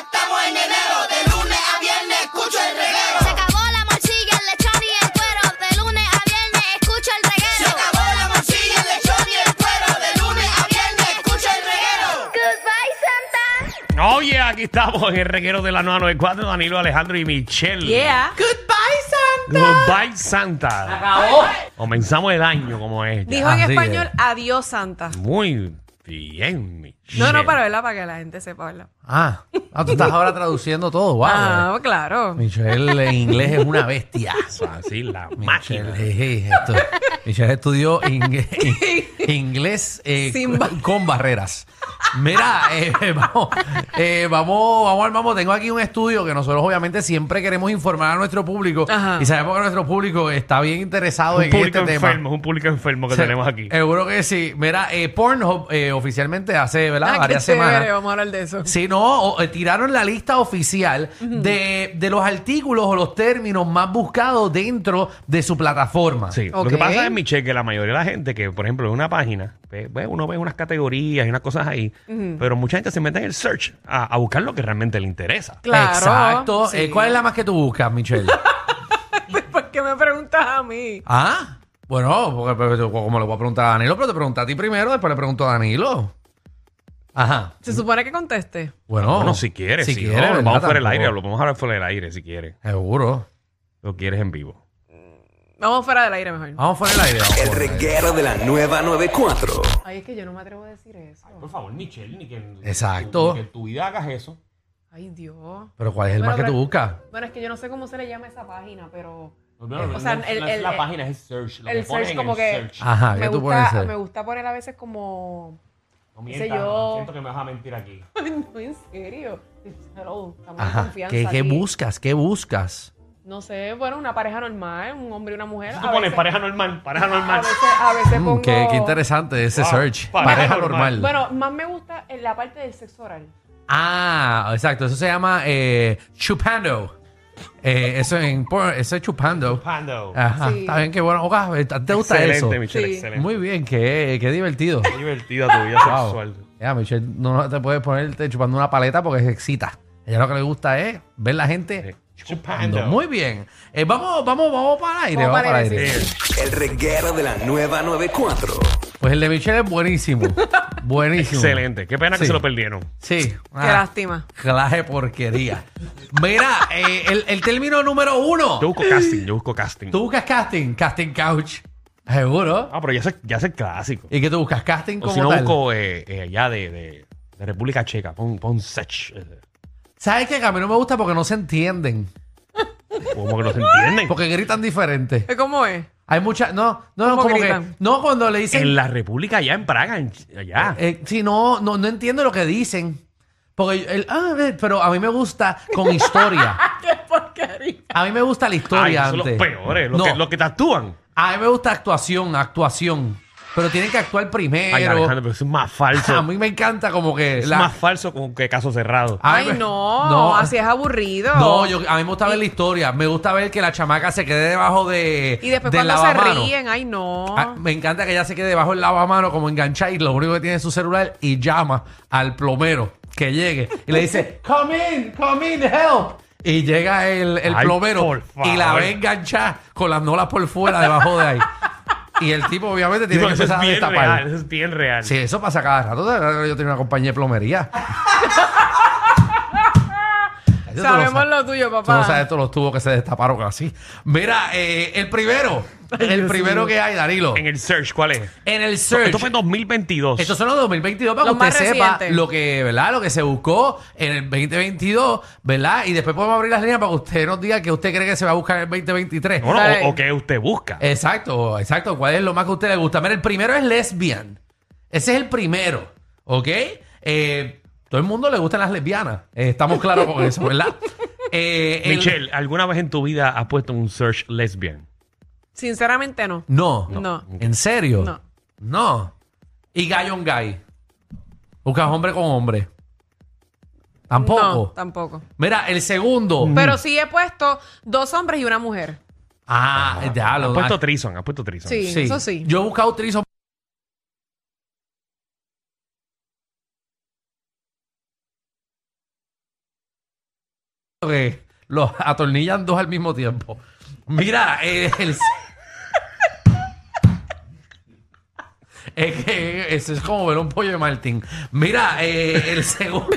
estamos en enero. De lunes a viernes escucho el reguero. Se acabó la morcilla, el lechón y el cuero. De lunes a viernes escucho el Se reguero. acabó la morcilla, el lechón y el cuero. De lunes a viernes escucho el reguero. Goodbye, Santa. Oye, aquí estamos en el reguero de la 994, Danilo, Alejandro y Michelle. Yeah. Goodbye, Santa. Comenzamos el año como es. ya. Dijo en Así español es. adiós Santa. Muy bien, Michelle. No, no, para verla, para que la gente sepa. ¿verdad? Ah, ah, tú estás ahora traduciendo todo. Wow. Ah, claro. Michelle en inglés es una bestia. Así la Michelle, máquina. eh, esto- Michelle estudió ingle- in- inglés eh, Sin ba- con barreras. Mira, eh, vamos, eh, vamos, vamos al mambo. Tengo aquí un estudio que nosotros obviamente siempre queremos informar a nuestro público Ajá. y sabemos que nuestro público está bien interesado Un en público este tema. enfermo, un público enfermo que Se- eh, tenemos aquí. Seguro que sí. Mira, eh, Pornhub eh, oficialmente hace, ¿verdad? Ah, qué Varias chévere, semanas. Vamos a hablar de eso. Sí, no, o- eh, tiraron la lista oficial de, de los artículos o los términos más buscados dentro de su plataforma. Sí. Lo Ok. que pasa es, Michelle, que la mayoría de la gente que, por ejemplo, en una página, ve- ve- uno ve unas categorías y unas cosas ahí, pero mucha gente se mete en el search a, a buscar lo que realmente le interesa. Claro. Exacto. Sí. Eh, ¿Cuál es la más que tú buscas, Michelle? ¿Por qué me preguntas a mí? ah, bueno, porque, pero- pero como le voy a preguntar a Danilo, pero te pregunté a ti primero, después le pregunto a Danilo. Ajá. Se supone que conteste. Bueno, Bueno, si quieres, si, no, ¿verdad? lo vamos fuera del Tampoco. aire, lo vamos a hablar fuera del aire si quieres. Seguro. Lo quieres en vivo. Vamos fuera del aire mejor. Vamos fuera del aire. vamos El fuera del aire. reguero de la nueva 94. Ay, es que yo no me atrevo a decir eso. Por favor, Michelle, ni que, Exacto. ni que en tu vida hagas eso. Ay, Dios. Pero ¿cuál es el Bueno, más que tú pero- buscas? Bueno, es que yo no sé cómo se le llama esa página, pero O sea, el- el- el- es search. el search como que- ah, Ajá, ¿qué me tú pones? gusta, me gusta poner a veces como... No sé yo. que me vas a mentir aquí. Ay, no, en serio. Hello, estamos en Ajá. confianza ¿Qué, qué aquí. buscas? ¿Qué buscas? No sé, bueno, una pareja normal, un hombre y una mujer. Si a tú pones veces- pareja normal, pareja A normal. veces, a veces Mm, pongo... qué, qué interesante ese Wow, search. pareja Pareja, normal. normal. Bueno, más me gusta en la parte del sexo oral. Ah, exacto. Eso se llama eh, chupando. Eh, eso, en, por- eso es chupando. Pando. Ajá. Sí. Está bien, qué bueno. Oga, eh, ¿Te gusta oh. excelente, eso? Michelle, Ah, Sí. excelente. Muy bien, qué, qué divertido. Qué divertida tu vida Wow. sexual. Ya, Michelle, no te puedes ponerte chupando una paleta porque se excita. Ella lo que le gusta es ver la gente chupando. Chupando. Muy bien. Eh, vamos, vamos, vamos para el aire. Vamos Vamos para para el el aire. El reguero de la nueva 94. Pues el de Michelle es buenísimo. buenísimo. Excelente. Qué pena que Sí. se lo perdieron. Sí. Qué Ah. lástima. Clase de porquería. Mira, eh, el, el término número uno. Yo busco casting, yo busco casting. Tú buscas casting, casting couch. Seguro. Ah, pero ya es, ya es el clásico. ¿Y qué tú buscas? Casting O como si no tal. busco eh, eh, ya de, de, de República Checa, pon, pon search. eh, ¿Sabes qué? Que a mí no me gusta porque no se entienden. Como que no se entienden. Porque gritan diferente. ¿Eh, ¿Cómo es? Hay muchas. No, no, ¿Cómo como que. gritan? No, cuando le dicen. En la República, allá en Praga, en- allá. eh, sí, no, no, no entiendo lo que dicen. Porque yo- el, ah, eh, pero a mí me gusta con historia. ¡Qué porquería! A mí me gusta la Ay, historia esos son los antes. peores, los, No, eh, que, los que te actúan. A mí me gusta actuación, actuación. Pero tienen que actuar primero. Ay, Alejandro, pero eso es más falso. A mí me encanta como que... es la- Ah, más falso como que caso cerrado. a mí Ay, me- no, no, así es aburrido. No, yo- ah, a mí me gusta ver la historia. Me gusta ver que la chamaca se quede debajo de... Y después del cuando se lavamano. ríen, ay, no. Ah, me encanta que ella se quede debajo del lavamano como enganchada y lo único que tiene es su celular y llama al plomero que llegue y le dice, come in, come in, help. Y llega el, el Ay, por plomero y la favor. ve enganchada con las nolas por fuera debajo de ahí. y el tipo obviamente tiene Digo, que eso es empezar a bien destapar. real, eso es bien real. Sí, eso pasa cada rato. Yo tenía una compañía de plomería. Eso tú lo Sabemos sabes. lo tuyo, Tú no papá. sabes todos los tubos que se destaparon así. Mira, eh, el primero. el primero que hay, Danilo. En el search, ¿cuál es? En el search. Esto fue en 2022. Estos son los 2022 para Los que más usted sepa recientes. lo que, ¿verdad? Lo que se buscó en el 2022, ¿verdad? Y después podemos abrir las líneas para que usted nos diga que usted cree que se va a buscar en el 2023. Bueno, Dale. o, o que usted busca. Exacto, exacto. ¿Cuál es lo más que a usted le gusta? Mira, el primero es lesbian. Ese es el primero, ¿ok? Eh, todo el mundo le gustan las lesbianas. Eh, estamos claros con eso, ¿verdad? Eh, el- Michelle, ¿alguna vez en tu vida has puesto un search lesbian? Sinceramente no. No. No. ¿En serio? No. No. Y guy on guy. Buscas hombre con hombre. No, Tampoco. Mm. tampoco. Mira, el segundo. Pero sí he puesto dos hombres y una mujer. Ah, ya Has lo puesto Trison, has puesto Trison. Sí, eso sí. Yo he buscado trisom. Que los atornillan dos al mismo tiempo. Mira, eh, el... es que eso es como ver un pollo de Martín. Mira, eh, el segundo.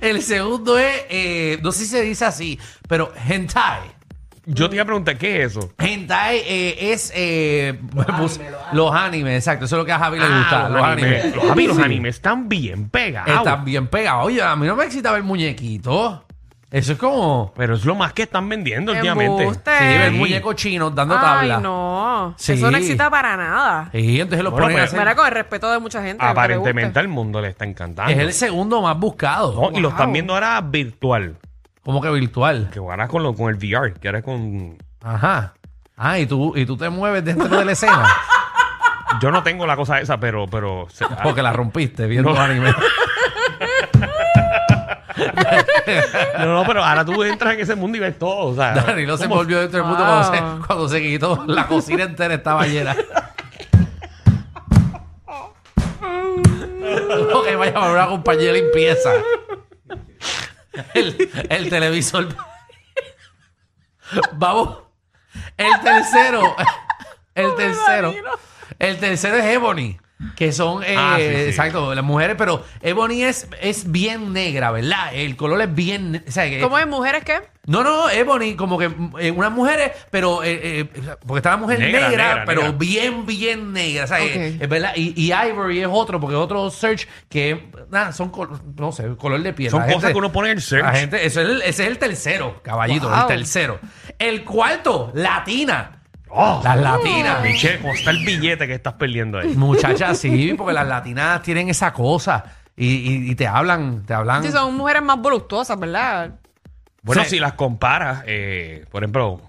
el segundo es, eh, no sé si se dice así, pero hentai. Yo te iba a preguntar, ¿qué es eso? Hentai eh, es eh, me puse- los, animes. exacto. Eso es lo que a Javi le gusta. Ah, Ah, los animes. Los, a mí los animes están bien pegados. Están bien pegados. Oye, a mí no me excita ver muñequitos. Eso es como Pero es lo más que están vendiendo últimamente. Embuste. sí, Eh. ver muñecos chinos dando Ay, tabla. no. Sí. Eso no excita para nada. Y entonces los Bueno, ponen a pues, hacer- Mira, con el respeto de mucha gente. que le guste. Aparentemente al mundo le está encantando. Es el segundo más buscado. No, Y lo están viendo ahora virtual. Como que virtual. Que ahora con, lo, con el VR, que ahora es con... Ajá. Ah, y tú, y tú te mueves dentro de la escena. Yo no tengo la cosa esa, pero... pero se- Porque la rompiste viendo No. anime. No, no, pero ahora tú entras en ese mundo y ves todo. O sea, Danilo se ¿cómo- envolvió dentro del mundo Wow. cuando, se, cuando se quitó. La cocina entera estaba llena. Lo que vaya a haber una compañía de limpieza. El, el televisor. Vamos. El tercero. El tercero. El tercero es Ebony. Que son, eh, Ah, sí, sí. exacto, las mujeres, pero Ebony es, es bien negra, ¿verdad? El color es bien. ne- o sea, que- ¿Cómo es mujeres qué? no, no, Ebony, como que mm, eh, unas mujeres, pero. eh, eh, porque está la mujer negra, Negra, negra, pero negra. bien, bien negra. O sea, Ok. eh, es verdad. Y, y Ivory es otro, porque es otro search que. Nada, son. col- No sé, color de piel. Son La cosas gente- que uno pone en el search. la gente, eso es el- ese es el tercero, caballito, Wow. el tercero. El cuarto, latina. Oh, Las latinas. Michelle, ¿cómo está el billete que estás perdiendo ahí? Muchachas, sí, porque las latinas tienen esa cosa. Y, y- y te hablan, te hablan. Sí, son mujeres más voluptuosas, ¿verdad? Bueno, Sí. si las comparas, eh, por ejemplo,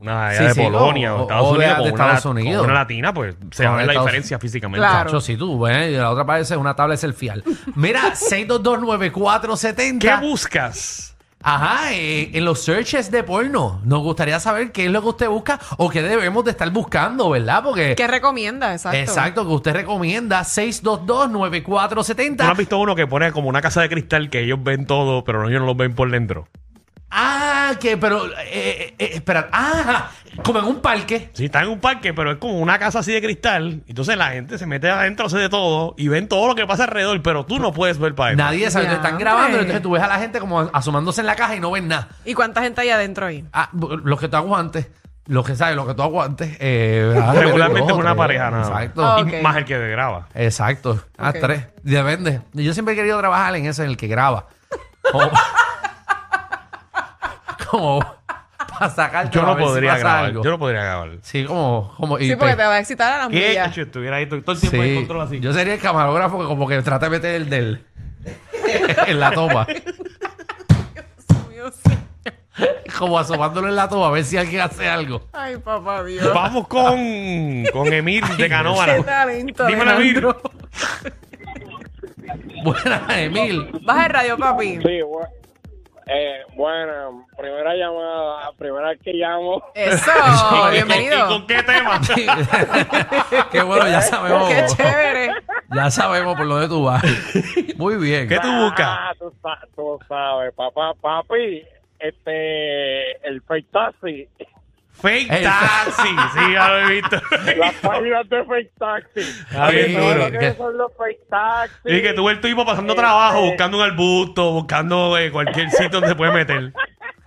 una Sí, de sí, Polonia o- o, o- Estados o de- Unidos, de con, una, Estados con Unidos. una latina, pues se Con va a ver la Estados- diferencia físicamente. Claro. Chacho, sí, tú, bueno, y la otra parece una tabla de selfie. Mira, 6229470. ¿Qué buscas? Ajá, eh, en los searches de porno. Nos gustaría saber qué es lo que usted busca o qué debemos de estar buscando, ¿verdad? Porque... ¿Qué recomienda? Exacto. Exacto, que usted recomienda ¿Tú no has 6229470. visto uno que pone como una casa de cristal que ellos ven todo, pero ellos no los ven por dentro? Ah, que, pero, eh, eh, eh, espera, ah, como en un parque. Sí, está en un parque, pero es como una casa así de cristal. Entonces la gente se mete adentro, hace de todo y ven todo lo que pasa alrededor, pero tú no puedes ver para adentro. Nadie sabe, te están Diantre. grabando, entonces tú ves a la gente como asomándose en la caja y no ven nada. ¿Y cuánta gente hay adentro ahí? Ah, bu- los que tú aguantes, los que sabes, los que tú aguantes. eh, ¿verdad? Regularmente es Otro, una pareja nada más. Exacto. Ah, Y ok. Más el que graba. Exacto. Ah, Ok. tres. Depende. Yo siempre he querido trabajar en ese, en el que graba. Como, como para sacar Yo para no ver si podría pasa grabar. algo. Yo no podría grabar. Sí, como... como y Sí, porque te- te va a excitar a las ¿Qué? millas. Cacho, estuviera ahí todo todo el tiempo Sí. en control así. Yo sería el camarógrafo que como que trata de meter el del... en la toma. Como asomándolo en la toma a ver si alguien hace algo. Ay, papá Dios. Vamos con, con Emir de Canóvara. Qué talento, Dímelo, Emir. Alejandro. Buenas, Emil. Baja el radio, papi. Sí, bueno, Eh, primera llamada, primera que llamo. ¿Y Eso, con- bienvenido. ¿Y con qué tema? Qué bueno, ya sabemos. Qué chévere. Ya sabemos por dónde tú vas. Muy bien. ¿Qué tú buscas? Ah, tú, sa- tú sabes, papá, papi, este, el fake taxi, Fake Ey. taxi. Sí, ya lo he visto. las páginas de fake taxi. Ah, bien Porque todo duro. lo que ¿Qué? son los fake taxi. Y que tuve el tipo pasando trabajo, buscando un arbusto, buscando eh, cualquier sitio donde se puede meter.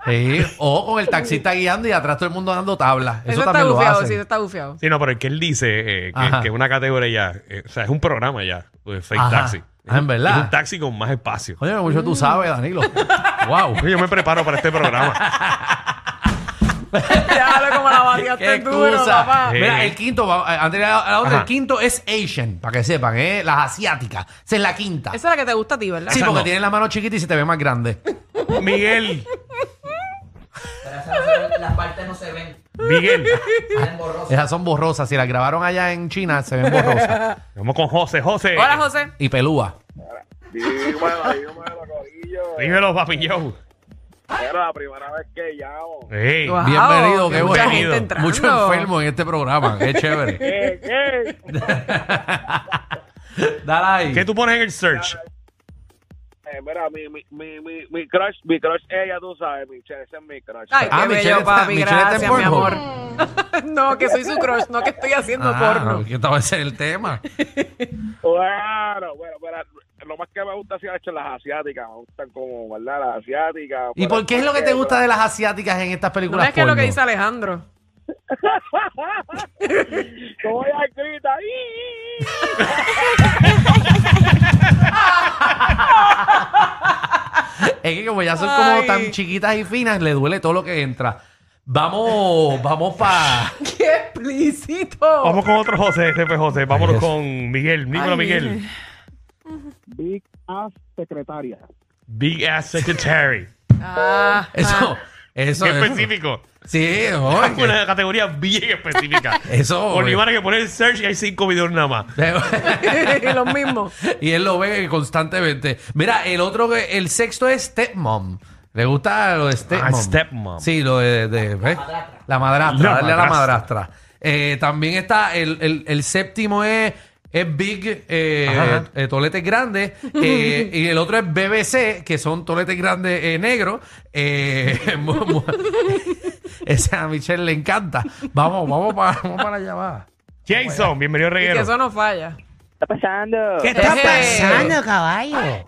Sí, o con el taxista guiando y atrás todo el mundo dando tablas. Eso, Eso está también lo bufiado, hacen. sí, eso está bufiado. Sí, no, pero el que él dice eh, Ajá. que, que es una categoría ya. eh, o sea, es un programa ya. pues, fake Ajá. taxi. Ah, en verdad. Es un taxi con más espacio. Oye, mucho tú sabes, Danilo. wow. Yo me preparo para este programa. Déjalo como la Qué bateaste duro, excusa. papá. Eh. Mira, el quinto, va- eh, antes de la- la otra, Ajá. el quinto es Asian, para que sepan, ¿eh? Las asiáticas. Esa es la quinta. Esa es la que te gusta a ti, ¿verdad? Sí, esa porque no. tienen la mano chiquita y se te ve más grande. Miguel, Pero esas no se ven, las partes no se ven. Miguel. Salen borrosas. Esas son borrosas. Si las grabaron allá en China, se ven borrosas. Vamos con José, José. Hola, José. Y pelúa. Dímelo, dímelo, Corillo. Dímelo, papi Joe. Era la primera vez que llamo. Ey, Wow, Bienvenido, qué mucha bueno. gente entrando. Mucho enfermo en este programa. Qué chévere. ¿Qué, qué? Dale ahí. ¿Qué tú pones en el search? Eh, mira, mi, mi, mi, mi, mi crush, mi crush, ella, tú sabes, Michelle, ese es mi crush. Ay, Ah, qué Michelle bello, está- papi. Michelle está en Gracias, mi amor. Pornhub. no, que soy su crush, no que estoy haciendo Ah, porno. que estaba ese el tema. Bueno, bueno, mira, lo más que me gusta así, hecho, las asiáticas, me gustan como, ¿verdad? Las asiáticas. ¿Y por qué es lo que te gusta de las asiáticas en estas No películas? es que es lo que porno? dice Alejandro. Como ella grita, ¡ih, ih, ih! Es que como ya son como Ay. tan chiquitas y finas, le duele todo lo que entra. Vamos, vamos para... ¡Qué explícito! Vamos con otro José, ese fue José. Vámonos Dios. con Miguel. Dímelo, Ay, Miguel. Big ass secretaria. Big Ass Secretary. Ah, Eso, eso. Qué eso. específico. Sí, no, es que- Una categoría bien específica. Eso, Bolívar hay que poner el search y hay cinco videos nada más. lo mismo. y él lo ve constantemente. Mira, el otro, que- el sexto es Stepmom. ¿Le gusta lo de Stepmom? Ah, stepmom. Sí, lo de... de- ¿ves? La madrastra. La darle a la madrastra. madrastra. Eh, también está el, el- el séptimo es... Es Big, eh, Ajá. eh, toletes grandes. eh, y el otro es BBC, que son toletes grandes eh, negros. Eh, mu- mu- esa a Michelle le encanta. Vamos, vamos para, vamos para la llamada. Jason, bienvenido Y que reguero. eso no falla. está pasando? está Eh, pasando, caballo?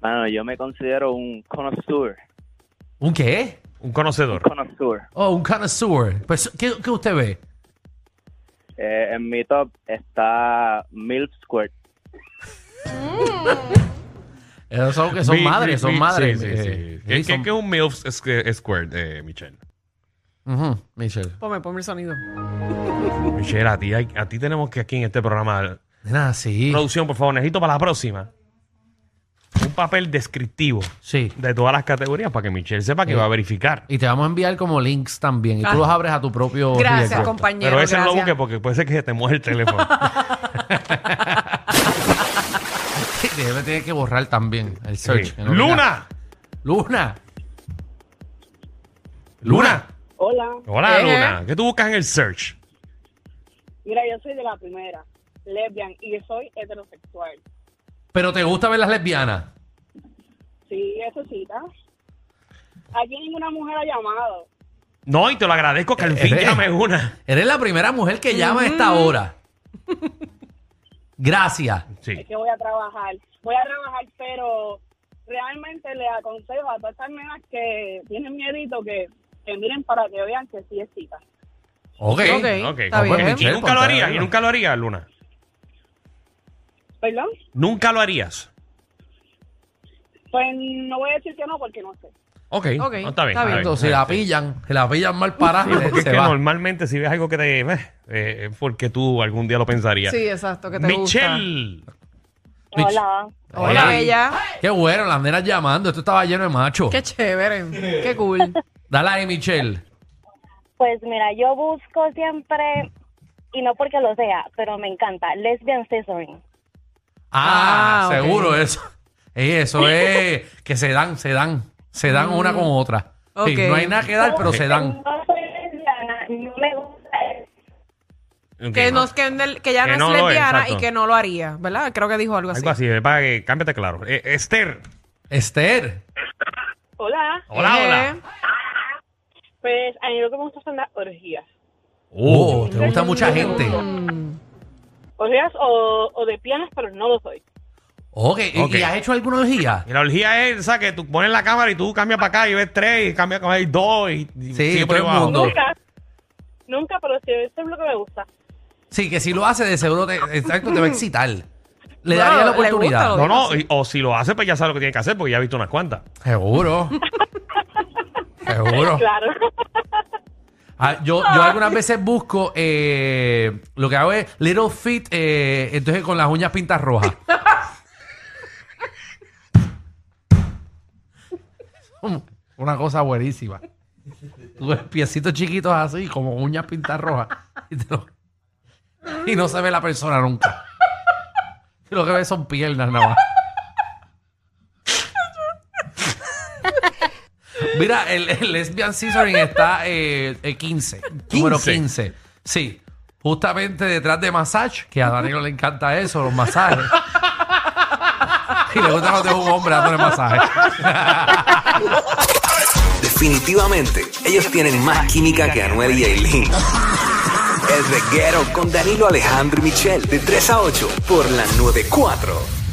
Mano, yo me considero un connoisseur. ¿Un qué? Un conocedor. Connoisseur. Oh, un connoisseur. Pues, ¿qué, qué usted ve? Eh, en mi top está Milf Squirt. Esos Eh, son, que son Mi- madres, mi- son mi- madres. Sí, sí, sí. eh, ¿Qué, sí, qué- son- qué es un MILF squ- Squared, eh, Michelle? Ujú, Michelle. Ponme, ponme el sonido. Michelle, a ti, hay- a ti tenemos que aquí en este programa. Nada, sí. Producción, por favor, necesito para la próxima un papel descriptivo Sí. de todas las categorías para que Michelle sepa que Sí. va a verificar. Y te vamos a enviar como links también. Y tú Ah. los abres a tu propio Gracias, riesgo. compañero. Oh, Pero ese no lo busque gracias. porque puede ser que se te muera el teléfono. Debe tener que borrar también el search. Sí. en lo que ¡Luna! da. ¡Luna! ¡Luna! Hola, Hola, Eh. Luna. ¿Qué tú buscas en el search? mira, yo soy de la primera, lesbian, y soy heterosexual. ¿Pero te gusta ver las lesbianas? Sí, eso sí, ¿tá? Aquí ninguna mujer ha llamado. No, y te lo agradezco que al Eh, fin eh. llame una. Eres la primera mujer que llama a esta hora. Gracias. Sí. Es que voy a trabajar. Voy a trabajar, pero realmente le aconsejo a todas estas nenas que tienen miedito que, que miren para que vean que sí es cita. Ok. Ok. Ok. está Bueno, bien. Y Michelle, nunca lo ponte harías, ahí. y nunca lo harías, Luna. ¿Perdón? Nunca lo harías. Pues no voy a decir que no porque no sé. Ok. Ok, No, está bien. está bien. Entonces, si la pillan, si la pillan mal parada, Sí, porque se es que va. normalmente si ves algo que te... eh, eh, es porque tú algún día lo pensarías. Sí, exacto, que te Michelle. Mich- Hola. gusta. Hola, Ey, bella. Qué bueno, las nenas llamando. Esto estaba lleno de machos. Qué chévere. Qué cool. Dale ahí, Michelle. Pues mira, yo busco siempre, y no porque lo sea, pero me encanta, lesbian scissoring. Ah, Ah, ok. seguro eso. Ey, eso es que se dan, se dan, se dan una con otra. Sí, Mm, Ok. no hay nada que dar, pero se dan. No soy lesbiana, no me gusta Ok, que, no. nos, que, en el- que ya Que no no es lo es, lesbiana exacto. y que no lo haría, ¿verdad? Creo que dijo algo así. Algo así, eh, para que cámbiate claro. Eh, Esther. Esther. Hola, Hola, Eh, hola. pues a mí lo que me gusta son las orgías. Uh. Oh, te gusta mucha gente. mm, Orgías o, o de pianas, pero no lo soy. Ok, ¿y- Ok. ¿Y, has hecho alguna orgía? Y la orgía es esa que tú pones la cámara y tú cambias para acá y ves tres y cambias para acá y dos y, y Sí, sigue por todo el ahí abajo. mundo. Nunca, nunca, pero sí, eso es lo que me gusta. Sí, que si lo hace de seguro te, exacto, te va a excitar. Le No, daría la le gusta oportunidad. lo- No, no, y- o si lo hace, pues ya sabe lo que tiene que hacer porque ya ha visto unas cuantas. Seguro. seguro. Claro. Ah, yo, yo algunas veces busco, eh, lo que hago es Little Fit, eh, entonces con las uñas pintas rojas. Una cosa buenísima. Tú ves piecitos chiquitos así, como uñas pintas rojas. Y, te lo- y no se ve la persona nunca. Lo que ves son piernas nada más. Mira, el, el lesbian scissoring está eh, eh, 15, Número 15. Sí. Justamente detrás de Massage, que a Danilo le encanta eso, los masajes. y le gusta cuando es un hombre dándole masaje. Definitivamente, ellos tienen más química que Anuel y Aileen. El reguero con Danilo Alejandro y Michel de 3 a 8 por la 94.